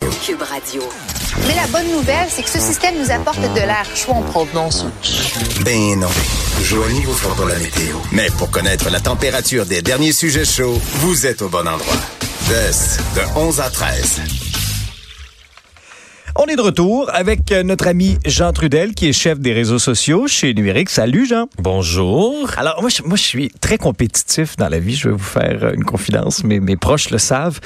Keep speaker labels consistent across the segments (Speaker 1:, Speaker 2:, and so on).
Speaker 1: Cube Radio.
Speaker 2: Mais la bonne nouvelle, c'est que ce système nous apporte de l'air chaud en provenance.
Speaker 3: Ben non. Joignez vous fera la météo. Mais pour connaître la température des derniers sujets chauds, vous êtes au bon endroit. Test de 11 à 13.
Speaker 4: On est de retour avec euh, notre ami Jean Trudel, qui est chef des réseaux sociaux chez Numérique. Salut Jean.
Speaker 5: Bonjour.
Speaker 4: Alors moi je, moi, je suis très compétitif dans la vie. Je vais vous faire euh, une confidence, mais mes proches le savent.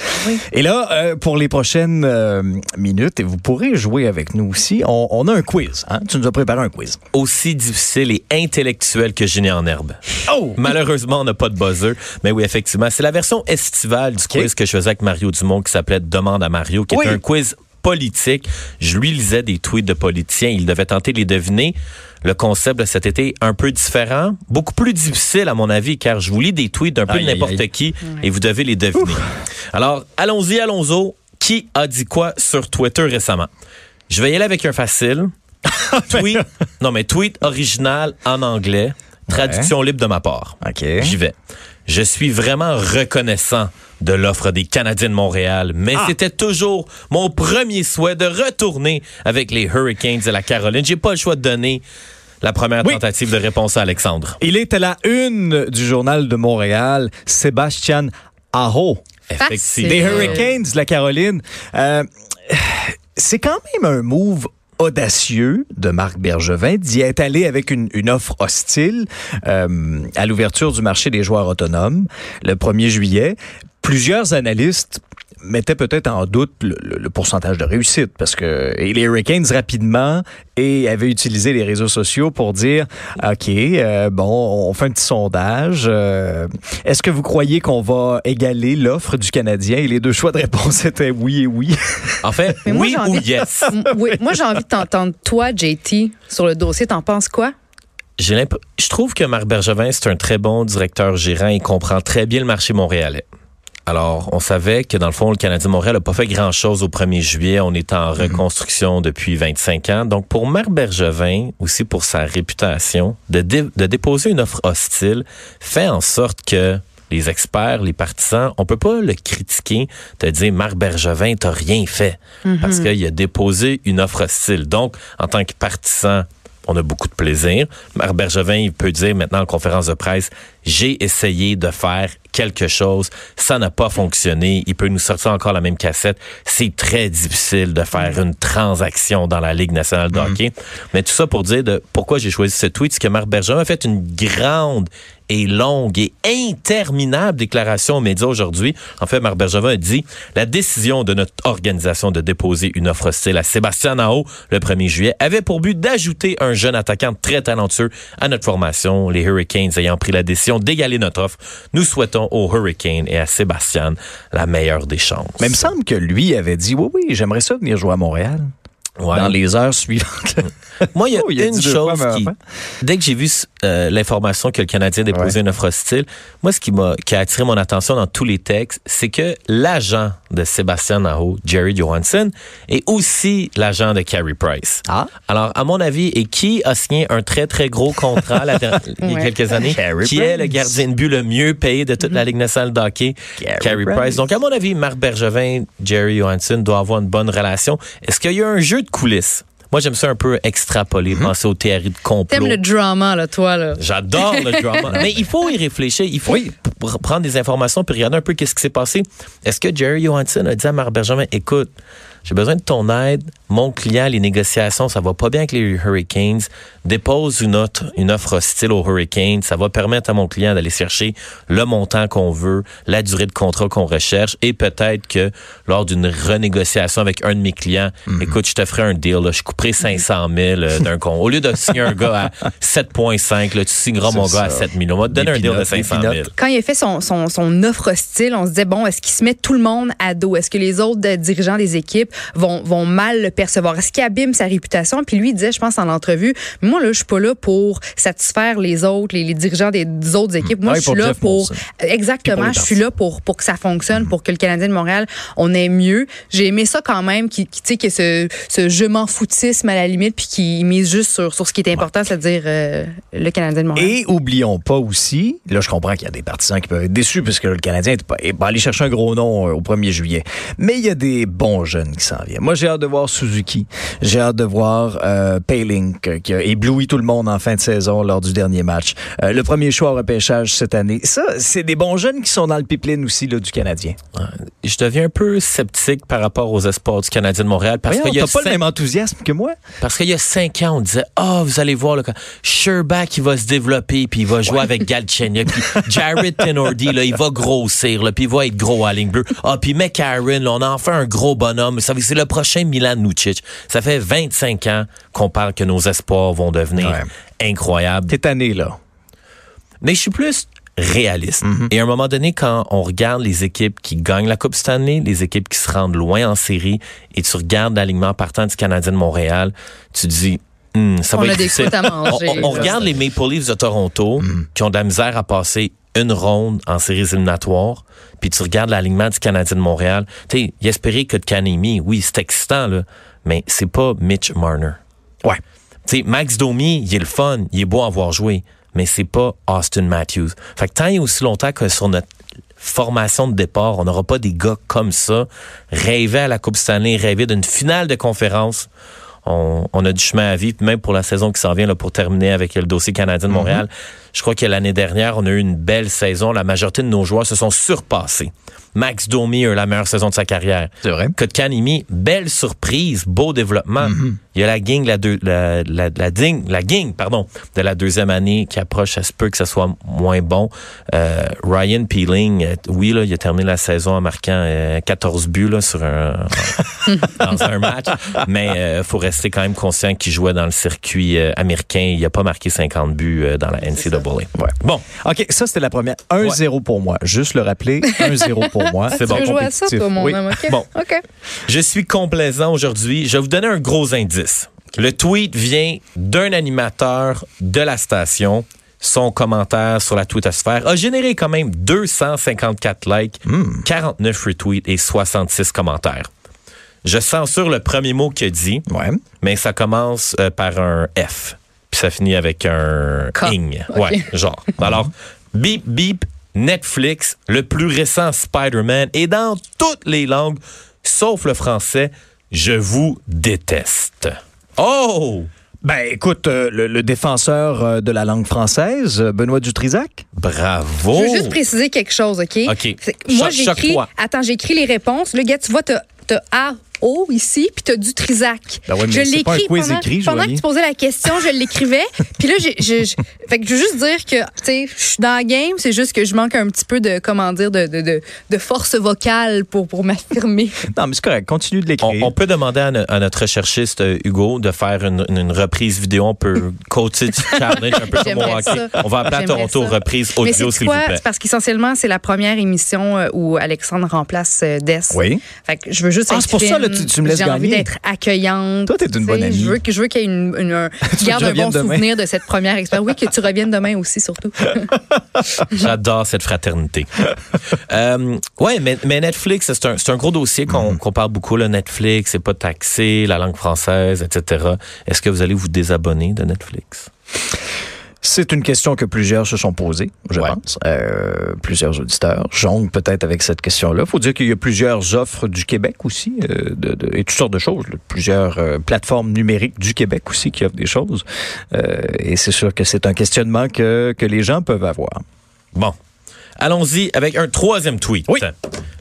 Speaker 4: Et là, euh, pour les prochaines euh, minutes, et vous pourrez jouer avec nous aussi, on, on a un quiz. hein. Tu nous as préparé un quiz.
Speaker 5: Aussi difficile et intellectuel que Génie en herbe.
Speaker 4: Oh!
Speaker 5: Malheureusement, on n'a pas de buzzer. Mais oui, effectivement, c'est la version estivale du quiz que je faisais avec Mario Dumont qui s'appelait Demande à Mario, qui
Speaker 4: Oui.
Speaker 5: est un quiz politique. Je lui lisais des tweets de politiciens. Il devait tenter de les deviner. Le concept de cet été, un peu différent, beaucoup plus difficile à mon avis, car je vous lis des tweets d'un peu
Speaker 4: Aïe,
Speaker 5: de
Speaker 4: aïe, aïe.
Speaker 5: n'importe qui et vous devez les deviner. Alors, allons-y, allons-y. Qui a dit quoi sur Twitter récemment? Je vais y aller avec un facile. tweet, non mais tweet original en anglais, traduction libre de ma part.
Speaker 4: OK.
Speaker 5: J'y vais. Je suis vraiment reconnaissant de l'offre des Canadiens de Montréal, mais
Speaker 4: Ah.
Speaker 5: c'était toujours mon premier souhait de retourner avec les Hurricanes de la Caroline. J'ai pas le choix de donner la première
Speaker 4: Oui.
Speaker 5: tentative de réponse à Alexandre.
Speaker 4: Il est à la une du journal de Montréal, Sébastien Aho.
Speaker 2: Facile.
Speaker 4: Des
Speaker 2: Euh,
Speaker 4: Hurricanes de la Caroline. Euh, c'est quand même un move audacieux de Marc Bergevin d'y être allé avec une, une offre hostile euh, à l'ouverture du marché des joueurs autonomes le 1er juillet. Plusieurs analystes mettaient peut-être en doute le, le- le pourcentage de réussite parce que et les Hurricanes rapidement et avaient utilisé les réseaux sociaux pour dire OK euh, bon on fait un petit sondage euh, est-ce que vous croyez qu'on va égaler l'offre du Canadien et les deux choix de réponse étaient oui et oui
Speaker 5: En fait,
Speaker 6: Mais moi,
Speaker 5: oui
Speaker 6: j'ai
Speaker 5: ou
Speaker 6: envie de-
Speaker 5: yes.
Speaker 6: M- oui, moi j'ai envie de t'entendre toi, JT, sur le dossier. T'en penses quoi?
Speaker 5: J'ai l'imp- Je trouve que Marc Bergevin, c'est un très bon directeur gérant. Il comprend très bien le marché montréalais. Alors, on savait que dans le fond, le Canadien de Montréal n'a pas fait grand-chose au 1er juillet. On est en reconstruction depuis 25 ans. Donc, pour Marc Bergevin, aussi pour sa réputation, de, dé- de déposer une offre hostile fait en sorte que les experts, les partisans, on peut pas le critiquer, te dire Marc Bergevin, t'as rien fait parce qu'il a déposé une offre hostile. Donc, en tant que partisan, on a beaucoup de plaisir. Marc Bergevin, il peut dire maintenant en conférence de presse, j'ai essayé de faire quelque chose, ça n'a pas fonctionné, il peut nous sortir encore la même cassette. C'est très difficile de faire une transaction dans la Ligue nationale de hockey. Mais tout ça pour dire de pourquoi j'ai choisi ce tweet, c'est que Marc Bergevin a fait une grande et longue et interminable déclaration aux médias aujourd'hui. En fait, Marc Bergevin a dit la décision de notre organisation de déposer une offre hostile à Sébastien Nao le 1er juillet avait pour but d'ajouter un jeune attaquant très talentueux à notre formation. Les Hurricanes ayant pris la décision d'égaler notre offre, nous souhaitons aux Hurricanes et à Sébastien la meilleure des chances.
Speaker 4: Mais il me semble que lui avait dit oui, oui, j'aimerais ça venir jouer à Montréal
Speaker 5: Ouais.
Speaker 4: dans les heures suivantes.
Speaker 5: Moi, il y a
Speaker 4: Oh, il a
Speaker 5: une
Speaker 4: dit deux fois,
Speaker 5: chose
Speaker 4: mais
Speaker 5: qui.
Speaker 4: enfin.
Speaker 5: Dès que j'ai vu euh, l'information que le Canadien déposait une offre hostile, moi, ce qui m'a qui a attiré mon attention dans tous les textes, c'est que l'agent de Sébastien Naho, Jerry Johansson, est aussi l'agent de Carey Price.
Speaker 4: Ah.
Speaker 5: Alors, à mon avis, et qui a signé un très, très gros contrat la dernière- il y a
Speaker 6: Ouais.
Speaker 5: quelques années,
Speaker 4: Carey
Speaker 5: qui est le
Speaker 4: Price. Mm-hmm.
Speaker 5: gardien de but le mieux payé de toute la Ligue nationale de hockey,
Speaker 4: Carey
Speaker 5: Carey Price.
Speaker 4: Price.
Speaker 5: Donc, à mon avis, Marc Bergevin, Jerry Johansson doivent avoir une bonne relation. Est-ce qu'il y a eu un jeu de coulisses? Moi, j'aime ça un peu extrapoler, penser aux théories de complot.
Speaker 6: Mm-hmm. T'aimes le drama, là, toi, là.
Speaker 5: J'adore le drama. Mais il faut y réfléchir. Il faut pr- prendre des informations puis regarder un peu qu'est-ce qui s'est passé. Est-ce que Jerry Johansson a dit à Marc Bergevin, écoute, j'ai besoin de ton aide. Mon client, les négociations, ça va pas bien avec les Hurricanes. Dépose une autre, une offre hostile aux Hurricanes. Ça va permettre à mon client d'aller chercher le montant qu'on veut, la durée de contrat qu'on recherche et peut-être que lors d'une renégociation avec un de mes clients,
Speaker 4: Mhm.
Speaker 5: écoute, je te ferai un deal, là, je couperai 500 000 euh, d'un con. Au lieu de signer un gars à 7,5, là, tu signeras mon
Speaker 4: C'est
Speaker 5: gars à
Speaker 4: ça.
Speaker 5: 7 000. On va te donner
Speaker 4: Des
Speaker 5: un deal
Speaker 4: peanuts,
Speaker 5: de
Speaker 4: des
Speaker 5: 500 000.
Speaker 4: peanuts.
Speaker 6: Quand il a fait son, son, son offre hostile, on se disait, bon, est-ce qu'il se met tout le monde à dos? Est-ce que les autres euh, dirigeants des équipes vont, vont mal le percevoir? Est-ce qu'il abîme sa réputation? Puis lui, il disait, je pense, en entrevue, moi, là, je suis pas là pour satisfaire les autres, les, les dirigeants des, des autres équipes. Moi,
Speaker 4: Ah oui,
Speaker 6: je suis
Speaker 4: pour
Speaker 6: là
Speaker 4: Jeff
Speaker 6: pour.
Speaker 4: Molson. Et pour
Speaker 6: Exactement,
Speaker 4: les Mm-hmm.
Speaker 6: je suis là pour, pour que ça fonctionne, pour que le Canadien de Montréal, on ait mieux. J'ai aimé ça quand même, qui, qui, tu sais, que ce, ce je m'en foutisme à la limite, puis qui mise juste sur, sur ce qui est important, c'est-à-dire euh, le Canadien de Montréal.
Speaker 4: Et oublions pas aussi, là je comprends qu'il y a des partisans qui peuvent être déçus puisque le Canadien est pas, est pas allé chercher un gros nom euh, au 1er juillet. Mais il y a des bons jeunes qui s'en vient. Moi, j'ai hâte de voir Suzuki. J'ai hâte de voir euh, Paylink, euh, qui a ébloui tout le monde en fin de saison lors du dernier match. Euh, le premier choix au repêchage cette année. Ça, c'est des bons jeunes qui sont dans le pipeline aussi là, du Canadien.
Speaker 5: Je deviens un peu sceptique par rapport aux espoirs du Canadien de Montréal parce
Speaker 4: Voyons,
Speaker 5: qu'il y a
Speaker 4: t'as pas le
Speaker 5: cinq-
Speaker 4: même enthousiasme que moi.
Speaker 5: Parce qu'il y a cinq ans, on disait, ah, vous allez voir, le Sherbach, il va se développer, puis il va jouer avec Galchenyuk, puis Jared Tenordi, là, il va grossir, là, puis il va être gros à la ligne bleue. Ah, puis McCarron, là, on a enfin un gros bonhomme. Ça, c'est le prochain Milan Lucic. Ça fait 25 ans qu'on parle que nos espoirs vont devenir incroyables.
Speaker 4: T'es tanné, là.
Speaker 5: Mais je suis plus réaliste. Et à un moment donné, quand on regarde les équipes qui gagnent la Coupe cette année, les équipes qui se rendent loin en série, et tu regardes l'alignement partant du Canadien de Montréal, tu dis, Hmm, ça
Speaker 6: On
Speaker 5: va
Speaker 6: a
Speaker 5: être
Speaker 6: des
Speaker 5: difficile.
Speaker 6: croûtes à manger,
Speaker 5: on, on- on
Speaker 6: là.
Speaker 5: regarde les Maple Leafs de Toronto qui ont de la misère à passer une ronde en séries éliminatoires, puis tu regardes l'alignement du Canadien de Montréal. Tu sais, il espérait que de Kanemi, oui, c'est excitant, là, mais c'est pas Mitch Marner.
Speaker 4: Ouais.
Speaker 5: Tu sais, Max Domi, il est le fun, il est beau à avoir joué, mais c'est pas Austin Matthews. Fait que tant et aussi longtemps que sur notre formation de départ, on n'aura pas des gars comme ça, rêver à la Coupe Stanley, rêver d'une finale de conférence, on, on a du chemin à vivre, même pour la saison qui s'en vient, là, pour terminer avec le dossier canadien de
Speaker 4: Mhm.
Speaker 5: Montréal. Je crois que l'année dernière, on a eu une belle saison. La majorité de nos joueurs se sont surpassés. Max Domi a eu la meilleure saison de sa carrière.
Speaker 4: C'est vrai.
Speaker 5: Kotkanimi, belle surprise, beau développement.
Speaker 4: Mhm.
Speaker 5: Il y a la gang, la, deux- la, la, la ding- la gang, pardon, de la deuxième année qui approche. Ça se peut que ça soit moins bon. Euh, Ryan Peeling, euh, oui, là, il a terminé la saison en marquant euh, 14 buts là, sur un, dans un match. Mais euh, faut rester quand même conscient qu'il jouait dans le circuit euh, américain. Il n'a pas marqué 50 buts euh, dans la NCAA. Bon,
Speaker 4: OK, ça, c'était la première. 1-0 pour moi. Juste le rappeler, 1-0 pour moi.
Speaker 5: C'est bon.
Speaker 6: Tu veux jouer à ça,
Speaker 4: compétitif.
Speaker 6: toi, mon
Speaker 4: Oui.
Speaker 6: homme? OK.
Speaker 5: Bon.
Speaker 6: OK.
Speaker 5: je suis complaisant aujourd'hui. Je vais vous donner un gros indice. Le tweet vient d'un animateur de la station. Son commentaire sur la twittosphère a généré quand même 254 likes, 49 retweets et 66 commentaires. Je censure le premier mot qu'il a dit,
Speaker 4: Ouais.
Speaker 5: mais ça commence euh, par un F, puis ça finit avec un
Speaker 6: K.
Speaker 5: ing. Ouais, genre. Alors, beep beep, Netflix, le plus récent Spider-Man, et dans toutes les langues, sauf le français, je vous déteste. Oh!
Speaker 4: Ben, écoute, euh, le, le défenseur euh, de la langue française, euh, Benoît Dutrisac.
Speaker 5: Bravo!
Speaker 6: Je veux juste préciser quelque chose, OK?
Speaker 5: OK.
Speaker 6: C'est- Moi,
Speaker 5: Cho-
Speaker 6: j'écris.
Speaker 5: choque-toi.
Speaker 6: Attends, j'écris les réponses. Le gars, tu vois, t'as t'as A. O ici, puis t'as du Trisac.
Speaker 4: Ben ouais, mais
Speaker 6: je
Speaker 4: c'est pas un
Speaker 6: l'écris
Speaker 4: quiz
Speaker 6: pendant,
Speaker 4: écrit,
Speaker 6: pendant que
Speaker 4: Joanie.
Speaker 6: tu posais la question, je l'écrivais. puis là, j'ai, j'ai- j'ai- fait que je veux juste dire que, tu sais, je suis dans la game, c'est juste que je manque un petit peu de, comment dire, de, de, de, de force vocale pour, pour m'affirmer.
Speaker 4: Non, mais c'est correct. Continue de
Speaker 5: On,
Speaker 4: l'écrire.
Speaker 5: on peut demander à, no- à notre recherchiste euh, Hugo de faire une, une- une reprise vidéo. On peut coacher du challenge un peu comme au
Speaker 6: J'aimerais
Speaker 5: hockey.
Speaker 6: ça.
Speaker 5: On va appeler à
Speaker 6: J'aimerais
Speaker 5: Toronto
Speaker 6: ça.
Speaker 5: reprise
Speaker 6: Mais
Speaker 5: audio,
Speaker 6: c'est
Speaker 5: s'il vous
Speaker 6: quoi?
Speaker 5: plaît.
Speaker 6: C'est parce qu'essentiellement, c'est la première émission euh, où Alexandre remplace euh, Dess.
Speaker 4: Oui.
Speaker 6: Fait que je veux juste
Speaker 4: Ah,
Speaker 6: être
Speaker 4: c'est pour ça,
Speaker 6: fine.
Speaker 4: là, tu- tu me laisses
Speaker 6: J'ai envie
Speaker 4: gagner.
Speaker 6: d'être accueillante.
Speaker 4: Toi, t'es une
Speaker 6: Tu sais,
Speaker 4: bonne amie.
Speaker 6: Je veux, que- je veux qu'il y ait une, une- un,
Speaker 4: que je
Speaker 6: garde un bon
Speaker 4: revienne demain.
Speaker 6: souvenir de cette première expérience. Oui, que tu reviennes demain aussi, surtout.
Speaker 5: J'adore cette fraternité. euh, ouais, mais, mais Netflix, c'est un, c'est un gros dossier qu'on
Speaker 6: Mm-hmm.
Speaker 5: qu'on parle beaucoup. Le Netflix, c'est pas taxé, la langue française, etc. Est-ce que vous allez vous désabonner de Netflix?
Speaker 4: C'est une question que plusieurs se sont posées, je
Speaker 5: Ouais.
Speaker 4: pense. Euh, plusieurs auditeurs jonglent peut-être avec cette question-là. faut dire qu'il y a plusieurs offres du Québec aussi, euh, de- de- et toutes sortes de choses. là. Plusieurs euh, plateformes numériques du Québec aussi qui offrent des choses. Euh, et c'est sûr que c'est un questionnement que, que les gens peuvent avoir.
Speaker 5: Bon. Allons-y avec un troisième tweet.
Speaker 4: Oui.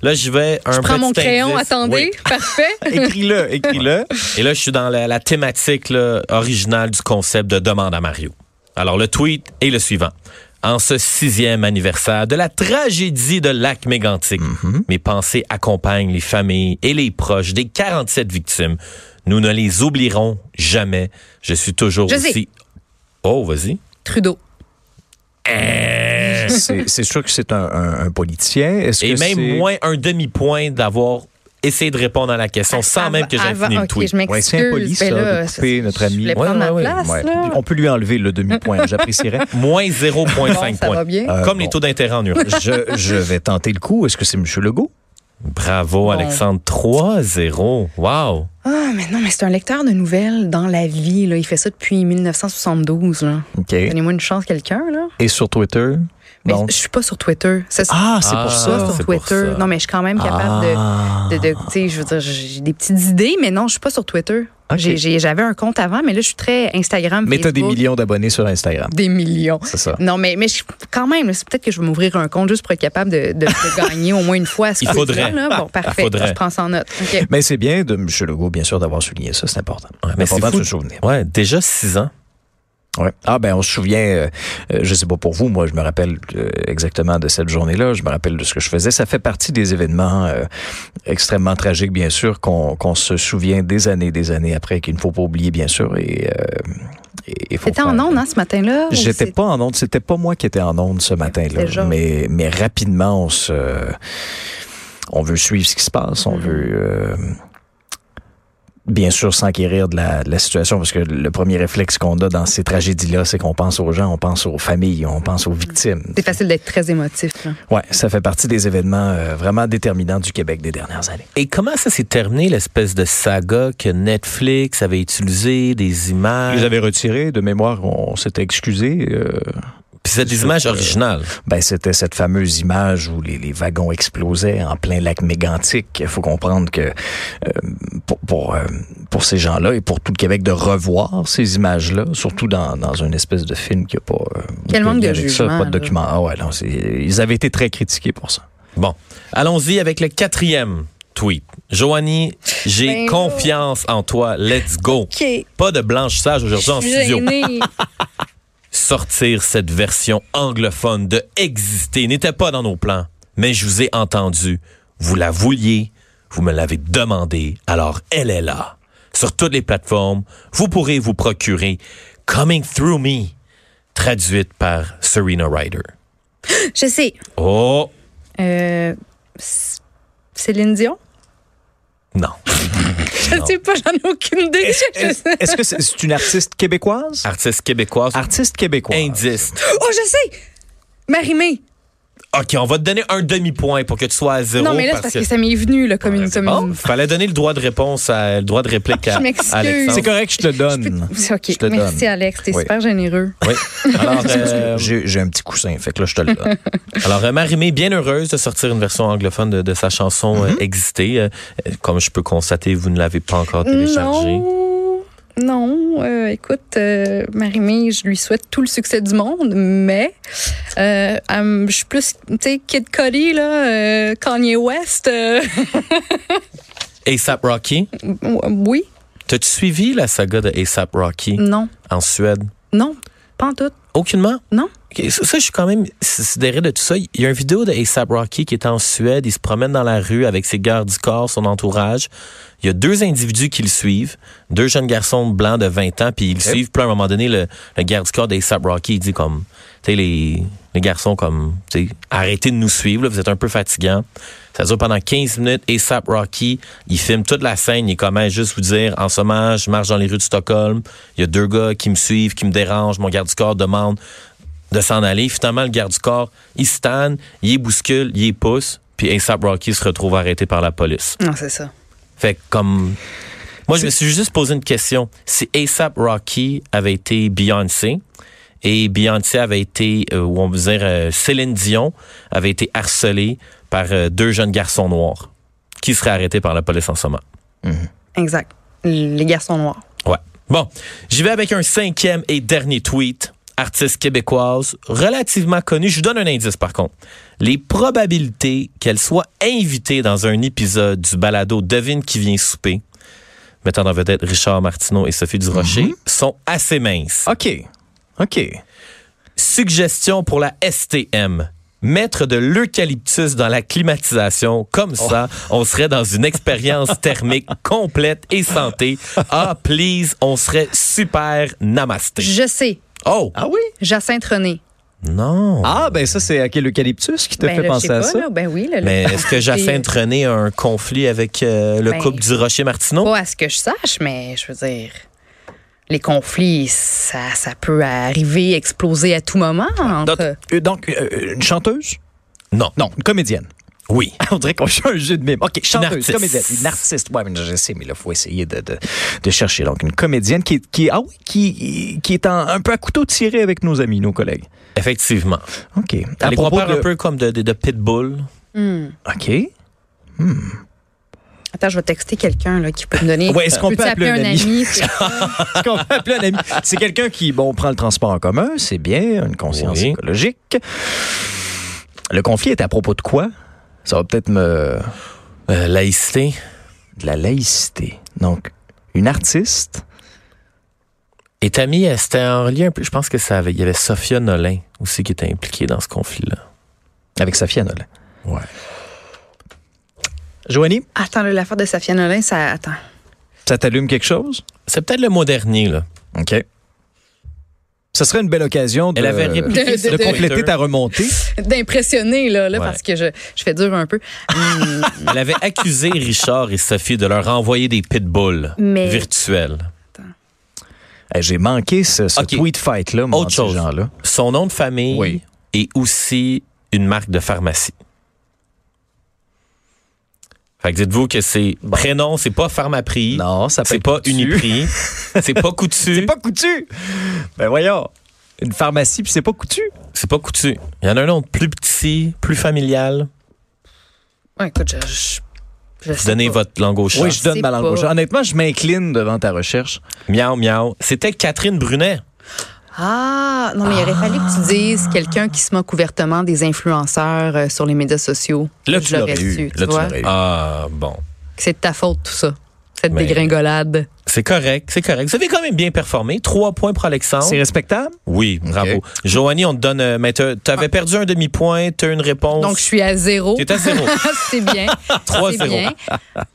Speaker 5: Là, je vais un
Speaker 6: Je prends mon
Speaker 5: petit
Speaker 6: crayon,
Speaker 5: indice.
Speaker 6: attendez.
Speaker 5: Oui.
Speaker 6: Parfait.
Speaker 4: Écris-le, écris-le.
Speaker 5: Et là, je suis dans la, la thématique là, originale du concept de demande à Mario. Alors, le tweet est le suivant. En ce sixième anniversaire de la tragédie de lac mégantic, mes pensées accompagnent les familles et les proches des 47 victimes. Nous ne les oublierons jamais. Je suis toujours
Speaker 6: Je sais.
Speaker 5: aussi... Oh, vas-y.
Speaker 6: Trudeau.
Speaker 4: C'est c'est sûr que c'est un, un- un politicien. Est-ce
Speaker 5: Et
Speaker 4: que
Speaker 5: même
Speaker 4: c'est-
Speaker 5: moins un demi-point d'avoir essayé de répondre à la question sans
Speaker 6: Avant-
Speaker 5: même que j'aie
Speaker 6: avant-
Speaker 5: fini le
Speaker 6: ah, OK,
Speaker 5: tweet.
Speaker 6: je m'excuse.
Speaker 4: c'est impoli,
Speaker 6: Ben
Speaker 4: ça, de
Speaker 6: là,
Speaker 4: couper notre
Speaker 6: je
Speaker 4: ami.
Speaker 6: voulais
Speaker 5: Ouais,
Speaker 6: prendre ma
Speaker 5: ouais, ouais,
Speaker 6: place,
Speaker 4: Ouais.
Speaker 6: là.
Speaker 4: On peut lui enlever le demi-point, j'apprécierais.
Speaker 5: Moins 0,5
Speaker 6: Bon, ça
Speaker 5: points.
Speaker 6: va bien.
Speaker 5: Comme
Speaker 4: Euh,
Speaker 5: les
Speaker 4: bon.
Speaker 5: taux d'intérêt en Europe.
Speaker 4: Je, je vais tenter le coup. Est-ce que c'est M. Legault?
Speaker 5: Bravo, Alexandre. 3-0. Wow.
Speaker 6: Ah, mais non, mais c'est un lecteur de nouvelles dans la vie, là. Il fait ça depuis 1972, là.
Speaker 4: OK.
Speaker 6: Donnez-moi une chance, quelqu'un, là.
Speaker 4: Et sur Twitter?
Speaker 6: Mais
Speaker 4: Donc-
Speaker 6: je suis pas sur Twitter. Ça, c'est-
Speaker 4: Ah, c'est
Speaker 5: Ah,
Speaker 4: pour
Speaker 6: Je suis pas
Speaker 4: ça.
Speaker 5: c'est
Speaker 6: sur
Speaker 5: pour
Speaker 6: Twitter.
Speaker 5: ça.
Speaker 6: Non, mais je suis quand même capable de-
Speaker 4: Ah.
Speaker 6: de, de, tu sais, je veux dire, j'ai des petites idées, mais non, je suis pas sur Twitter.
Speaker 4: Ok.
Speaker 6: J'ai- j'ai- J'avais un compte avant, mais là, je suis très Instagram.
Speaker 4: Mais t'as des
Speaker 6: Facebook.
Speaker 4: millions Ah. d'abonnés sur Instagram.
Speaker 6: Des millions.
Speaker 4: C'est ça.
Speaker 6: Non, mais, mais je- quand même, c'est peut-être que je vais m'ouvrir un compte juste pour être capable de, de- de gagner au moins une fois à ce
Speaker 5: Il
Speaker 6: que je
Speaker 5: faudrait.
Speaker 6: gagne, là. Bon,
Speaker 4: Ah,
Speaker 6: parfait.
Speaker 5: faudrait.
Speaker 6: Je prends ça en note. OK.
Speaker 4: Mais c'est bien de M. Legault, bien sûr, d'avoir souligné ça. C'est important.
Speaker 5: Ouais, mais c'est
Speaker 4: important de
Speaker 5: fou.
Speaker 4: se souvenir.
Speaker 5: Ouais, déjà six ans.
Speaker 4: Ouais. Ah ben on se souvient, euh, euh, je sais pas pour vous, moi je me rappelle euh, exactement de cette journée-là, je me rappelle de ce que je faisais. Ça fait partie des événements euh, extrêmement tragiques, bien sûr, qu'on qu'on se souvient des années, des années après, qu'il ne faut pas oublier, bien sûr. Et, euh, et- et faut
Speaker 6: T'étais en
Speaker 4: faire-
Speaker 6: onde, hein, ce matin-là? ou
Speaker 4: J'étais
Speaker 6: c'est-
Speaker 4: pas en onde, c'était pas moi qui étais en onde ce matin-là,
Speaker 6: C'était Georges.
Speaker 4: mais, mais rapidement on se... On veut suivre ce qui se passe,
Speaker 6: Mm-hmm.
Speaker 4: on veut... euh, Bien sûr, s'enquérir de la, de la situation, parce que le premier réflexe qu'on a dans ces tragédies-là, c'est qu'on pense aux gens, on pense aux familles, on pense aux
Speaker 6: Mm-hmm.
Speaker 4: victimes.
Speaker 6: C'est facile d'être très émotif. là.
Speaker 4: Ouais, ça fait partie des événements euh, vraiment déterminants du Québec des dernières années.
Speaker 5: Et comment ça s'est terminé, l'espèce de saga que Netflix avait utilisé, des images?
Speaker 4: Ils avaient retiré, de mémoire, on s'était excusé. euh,
Speaker 5: Puis c'est des images originales.
Speaker 4: Ben, c'était cette fameuse image où les, les wagons explosaient en plein lac mégantique. Il faut comprendre que euh, pour, pour, euh, pour ces gens-là et pour tout le Québec de revoir ces images-là, surtout dans, dans une espèce de film qui n'a pas... euh,
Speaker 6: Quel
Speaker 4: aucun
Speaker 6: manque de
Speaker 4: lien avec ça,
Speaker 6: jugement,
Speaker 4: Pas de
Speaker 6: là.
Speaker 4: document. Ah ouais, non, c'est- ils avaient été très critiqués pour ça.
Speaker 5: Bon, allons-y avec le quatrième tweet. Joanie, j'ai
Speaker 6: Ben
Speaker 5: confiance en toi. Let's go. Pas de blanchissage aujourd'hui en studio. Sortir cette version anglophone de Exister n'était pas dans nos plans, mais je vous ai entendu. Vous la vouliez, vous me l'avez demandé, alors elle est là. Sur toutes les plateformes, vous pourrez vous procurer Coming Through Me, traduite par Serena Ryder.
Speaker 6: Je sais.
Speaker 5: Oh,
Speaker 6: Euh, C- Céline Dion?
Speaker 5: non.
Speaker 6: Je sais pas, j'en ai aucune idée. Je sais-
Speaker 4: Est-ce que c'est c'est une artiste québécoise?
Speaker 5: Artiste québécoise,
Speaker 4: Artiste québécoise.
Speaker 5: indice.
Speaker 6: Oh, je sais! Marimé!
Speaker 5: OK, on va te donner un demi-point pour que tu sois à zéro.
Speaker 6: Non, mais là, c'est parce que ça m'est venu, là, comme une
Speaker 5: C'est
Speaker 6: comme
Speaker 5: bon.
Speaker 6: une-
Speaker 5: Fallait donner le droit de réponse, à, le droit de réplique à,
Speaker 6: Ah, Je m'excuse.
Speaker 5: à Alexandre.
Speaker 4: C'est correct, je te le donne.
Speaker 6: OK,
Speaker 4: Je te
Speaker 6: merci,
Speaker 4: donne.
Speaker 6: Alex. T'es
Speaker 4: Oui.
Speaker 6: super généreux.
Speaker 5: Oui. Alors, euh,
Speaker 4: J'ai j'ai un petit coussin, fait que là, je te le donne.
Speaker 5: alors euh, Marie-Mé, bien heureuse de sortir une version anglophone de, de sa chanson
Speaker 6: Mhm.
Speaker 5: euh, Exister. Euh, euh, comme je peux constater, vous ne l'avez pas encore téléchargée.
Speaker 6: Non. Non, euh, écoute, euh, Marie-Mé, je lui souhaite tout le succès du monde, mais euh, euh, je suis plus, tu sais, Kid Cody, là, euh, Kanye West, euh,
Speaker 5: ASAP Rocky.
Speaker 6: oui,
Speaker 5: T'as-tu suivi la saga de ASAP Rocky
Speaker 6: non,
Speaker 5: en Suède?
Speaker 6: non, pas en tout,
Speaker 5: Aucunement?
Speaker 6: non.
Speaker 5: Ok, Ça, ça, je suis quand même sidéré de tout ça. Il y a une vidéo de A$AP Rocky qui est en Suède. Il se promène dans la rue avec ses gardes du corps, son entourage. Il y a deux individus qui le suivent, deux jeunes garçons blancs de 20 ans, puis ils le suivent. Puis à un moment donné, le, le garde du corps d'A$AP Rocky, il dit comme, tu sais, les, les garçons, comme, tu sais, arrêtez de nous suivre, là, vous êtes un peu fatigants. Ça dure pendant 15 minutes. A$AP Rocky, il filme toute la scène. Il est comme, Hey, juste vous dire, en ce moment, je marche dans les rues de Stockholm. Il y a deux gars qui me suivent, qui me dérangent. Mon garde du corps demande de s'en aller. Finalement, le garde du corps, il se tanne, il les bouscule, il les pousse, puis ASAP Rocky se retrouve arrêté par la police.
Speaker 6: Non, c'est ça.
Speaker 5: Fait que comme. Moi, je me suis juste posé une question. Si ASAP Rocky avait été Beyoncé et Beyoncé avait été, euh, ou on veut dire euh, Céline Dion, avait été harcelée par euh, deux jeunes garçons noirs, qui seraient arrêtés par la police en ce moment?
Speaker 6: Exact. Les garçons noirs.
Speaker 5: Ouais. Bon, j'y vais avec un cinquième et dernier tweet. Artiste québécoise, relativement connue. Je vous donne un indice par contre. Les probabilités qu'elle soit invitée dans un épisode du balado Devine qui vient souper, mettant en vedette Richard Martineau et Sophie Durocher, sont assez minces.
Speaker 4: OK. OK.
Speaker 5: Suggestion pour la STM. Mettre de l'eucalyptus dans la climatisation, comme
Speaker 4: Oh.
Speaker 5: ça, on serait dans une expérience thermique complète et santé. Ah, please, on serait super namasté.
Speaker 6: Je sais,
Speaker 5: Oh!
Speaker 4: Ah oui?
Speaker 6: Jacinthe René.
Speaker 5: Non!
Speaker 4: Ah, ben ça, c'est à quel eucalyptus qui te
Speaker 6: Ben,
Speaker 4: fait
Speaker 6: là, je
Speaker 4: penser
Speaker 6: sais
Speaker 4: à
Speaker 6: pas,
Speaker 4: ça?
Speaker 6: là, ben oui, là,
Speaker 5: Mais
Speaker 6: là.
Speaker 5: est-ce que Jacinthe René a un conflit avec euh, le
Speaker 6: Ben,
Speaker 5: couple du Rocher-Martineau?
Speaker 6: Pas à ce que je sache, mais je veux dire, les conflits, ça, ça peut arriver, exploser à tout moment.
Speaker 4: Donc,
Speaker 6: Entre...
Speaker 4: euh, donc, euh, une chanteuse?
Speaker 5: Non.
Speaker 4: Non, une comédienne.
Speaker 5: Oui.
Speaker 4: On dirait qu'on fait un jeu de mime. OK, chanteuse,
Speaker 5: artiste.
Speaker 4: comédienne. Une artiste. Ouais, mais je sais, mais là, faut essayer de, de, de chercher. Donc, une comédienne qui, est- qui, est- ah oui, qui, qui est en- un peu à couteau tiré avec nos amis, nos collègues.
Speaker 5: Effectivement.
Speaker 4: OK.
Speaker 5: On les compare
Speaker 4: de-
Speaker 5: un peu comme de, de, de Pitbull.
Speaker 4: OK.
Speaker 6: Attends, je vais texter quelqu'un là, qui peut me donner.
Speaker 4: Ouais, est-ce qu'on
Speaker 6: Peux-tu
Speaker 4: peut appeler un ami?
Speaker 6: c'est ça?
Speaker 4: Est-ce qu'on peut appeler un ami? C'est quelqu'un qui, bon, prend le transport en commun, c'est bien, une conscience
Speaker 5: Oui.
Speaker 4: écologique. Le conflit est à propos de quoi? Ça va peut-être me...
Speaker 5: Euh, laïcité.
Speaker 4: de la laïcité. Donc, une artiste.
Speaker 5: Et Tammy, elle, c'était en lien un peu. Je pense que ça avait, il y avait Sophia Nolin aussi qui était impliquée dans ce conflit-là.
Speaker 4: Avec Safia Nolin.
Speaker 5: Ouais.
Speaker 4: Joanie,
Speaker 6: Attends, là, l'affaire de Safia Nolin, ça. Attends.
Speaker 4: ça t'allume quelque chose?
Speaker 5: C'est peut-être le mot dernier, là.
Speaker 4: OK. Ce serait une belle occasion de,
Speaker 5: Elle avait répliqué
Speaker 6: de-
Speaker 5: sur
Speaker 4: de
Speaker 6: de-
Speaker 4: compléter
Speaker 5: Twitter.
Speaker 4: ta remontée.
Speaker 6: D'impressionner, là, là
Speaker 5: Ouais.
Speaker 6: parce que je, je fais dur un peu. Hum,
Speaker 5: Elle avait accusé Richard et Sophie de leur envoyer des pitbulls
Speaker 6: Mais-
Speaker 5: virtuels.
Speaker 4: Eh, J'ai manqué ce, ce
Speaker 5: OK.
Speaker 4: tweet fight-là, moi,
Speaker 5: Autre
Speaker 4: entre ces
Speaker 5: chose.
Speaker 4: gens-là.
Speaker 5: Son nom de famille
Speaker 4: Oui.
Speaker 5: est aussi une marque de pharmacie. Fait que dites-vous que c'est prénom, c'est pas Pharmaprix.
Speaker 4: Non, ça peut
Speaker 5: C'est
Speaker 4: être
Speaker 5: pas
Speaker 4: Coutu.
Speaker 5: Uniprix. c'est pas Coutu.
Speaker 4: C'est pas coutu! Ben voyons, une pharmacie, puis c'est pas coutu.
Speaker 5: C'est pas Coutu. Il y en a un autre plus petit, plus familial.
Speaker 6: ouais, écoute, je. je, je sais
Speaker 5: Donnez
Speaker 6: pas.
Speaker 5: votre langue au chat.
Speaker 4: Oui, je donne
Speaker 6: sais
Speaker 4: ma langue
Speaker 6: pas.
Speaker 4: au chat. Honnêtement, je m'incline devant ta recherche.
Speaker 5: Miaou, miaou. C'était Catherine Brunet.
Speaker 6: Ah, non, mais il aurait fallu que tu dises quelqu'un qui se moque ouvertement des influenceurs euh, sur les médias sociaux.
Speaker 5: Là,
Speaker 6: Je
Speaker 5: tu l'aurais
Speaker 6: su,
Speaker 4: eu.
Speaker 6: tu
Speaker 4: Là, tu
Speaker 6: vois.
Speaker 4: l'aurais eu.
Speaker 5: Ah, bon.
Speaker 6: Que C'est de ta faute, tout ça. Cette
Speaker 4: Ben,
Speaker 5: Mais-
Speaker 6: dégringolade.
Speaker 5: C'est correct, c'est correct. Vous avez quand même bien performé. Trois points pour Alexandre.
Speaker 4: C'est respectable?
Speaker 5: Oui, bravo. Joanie, on te donne. euh, Mais t'as-
Speaker 4: Ah.
Speaker 5: t'avais perdu un demi-point, t'as une réponse.
Speaker 6: Donc, je suis à zéro. Ah,
Speaker 5: T'es à zéro.
Speaker 6: c'est bien. C'est
Speaker 5: 3-0.
Speaker 6: bien.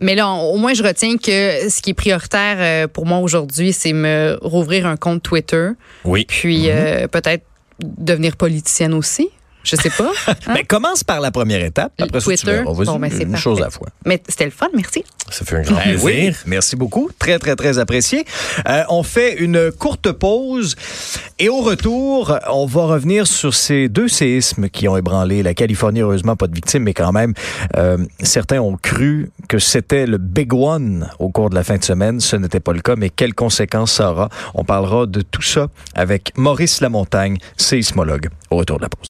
Speaker 6: Mais là, on- au moins, je retiens que ce qui est prioritaire euh, pour moi aujourd'hui, c'est me rouvrir un compte Twitter,
Speaker 5: Oui.
Speaker 6: puis
Speaker 4: Mhm.
Speaker 6: euh, peut-être devenir politicienne aussi. Je sais pas. hein.
Speaker 4: Ben, commence par la première étape.
Speaker 6: Le
Speaker 4: Après ça, tu
Speaker 6: Twitter.
Speaker 4: verras. Vas-y,
Speaker 6: Bon, ben, c'est
Speaker 4: une chose à la
Speaker 6: parfait.
Speaker 4: fois.
Speaker 6: Mais c'était le fun, merci.
Speaker 5: Ça fait un grand
Speaker 4: Ben
Speaker 5: plaisir.
Speaker 4: oui, merci beaucoup. Très, très, très apprécié. Euh, on fait une courte pause et au retour, on va revenir sur ces deux séismes qui ont ébranlé la Californie. Heureusement, pas de victimes, mais quand même, euh, certains ont cru que c'était le big one au cours de la fin de semaine. Ce n'était pas le cas, mais quelles conséquences ça aura? On parlera de tout ça avec Maurice Lamontagne, séismologue, au retour de la pause.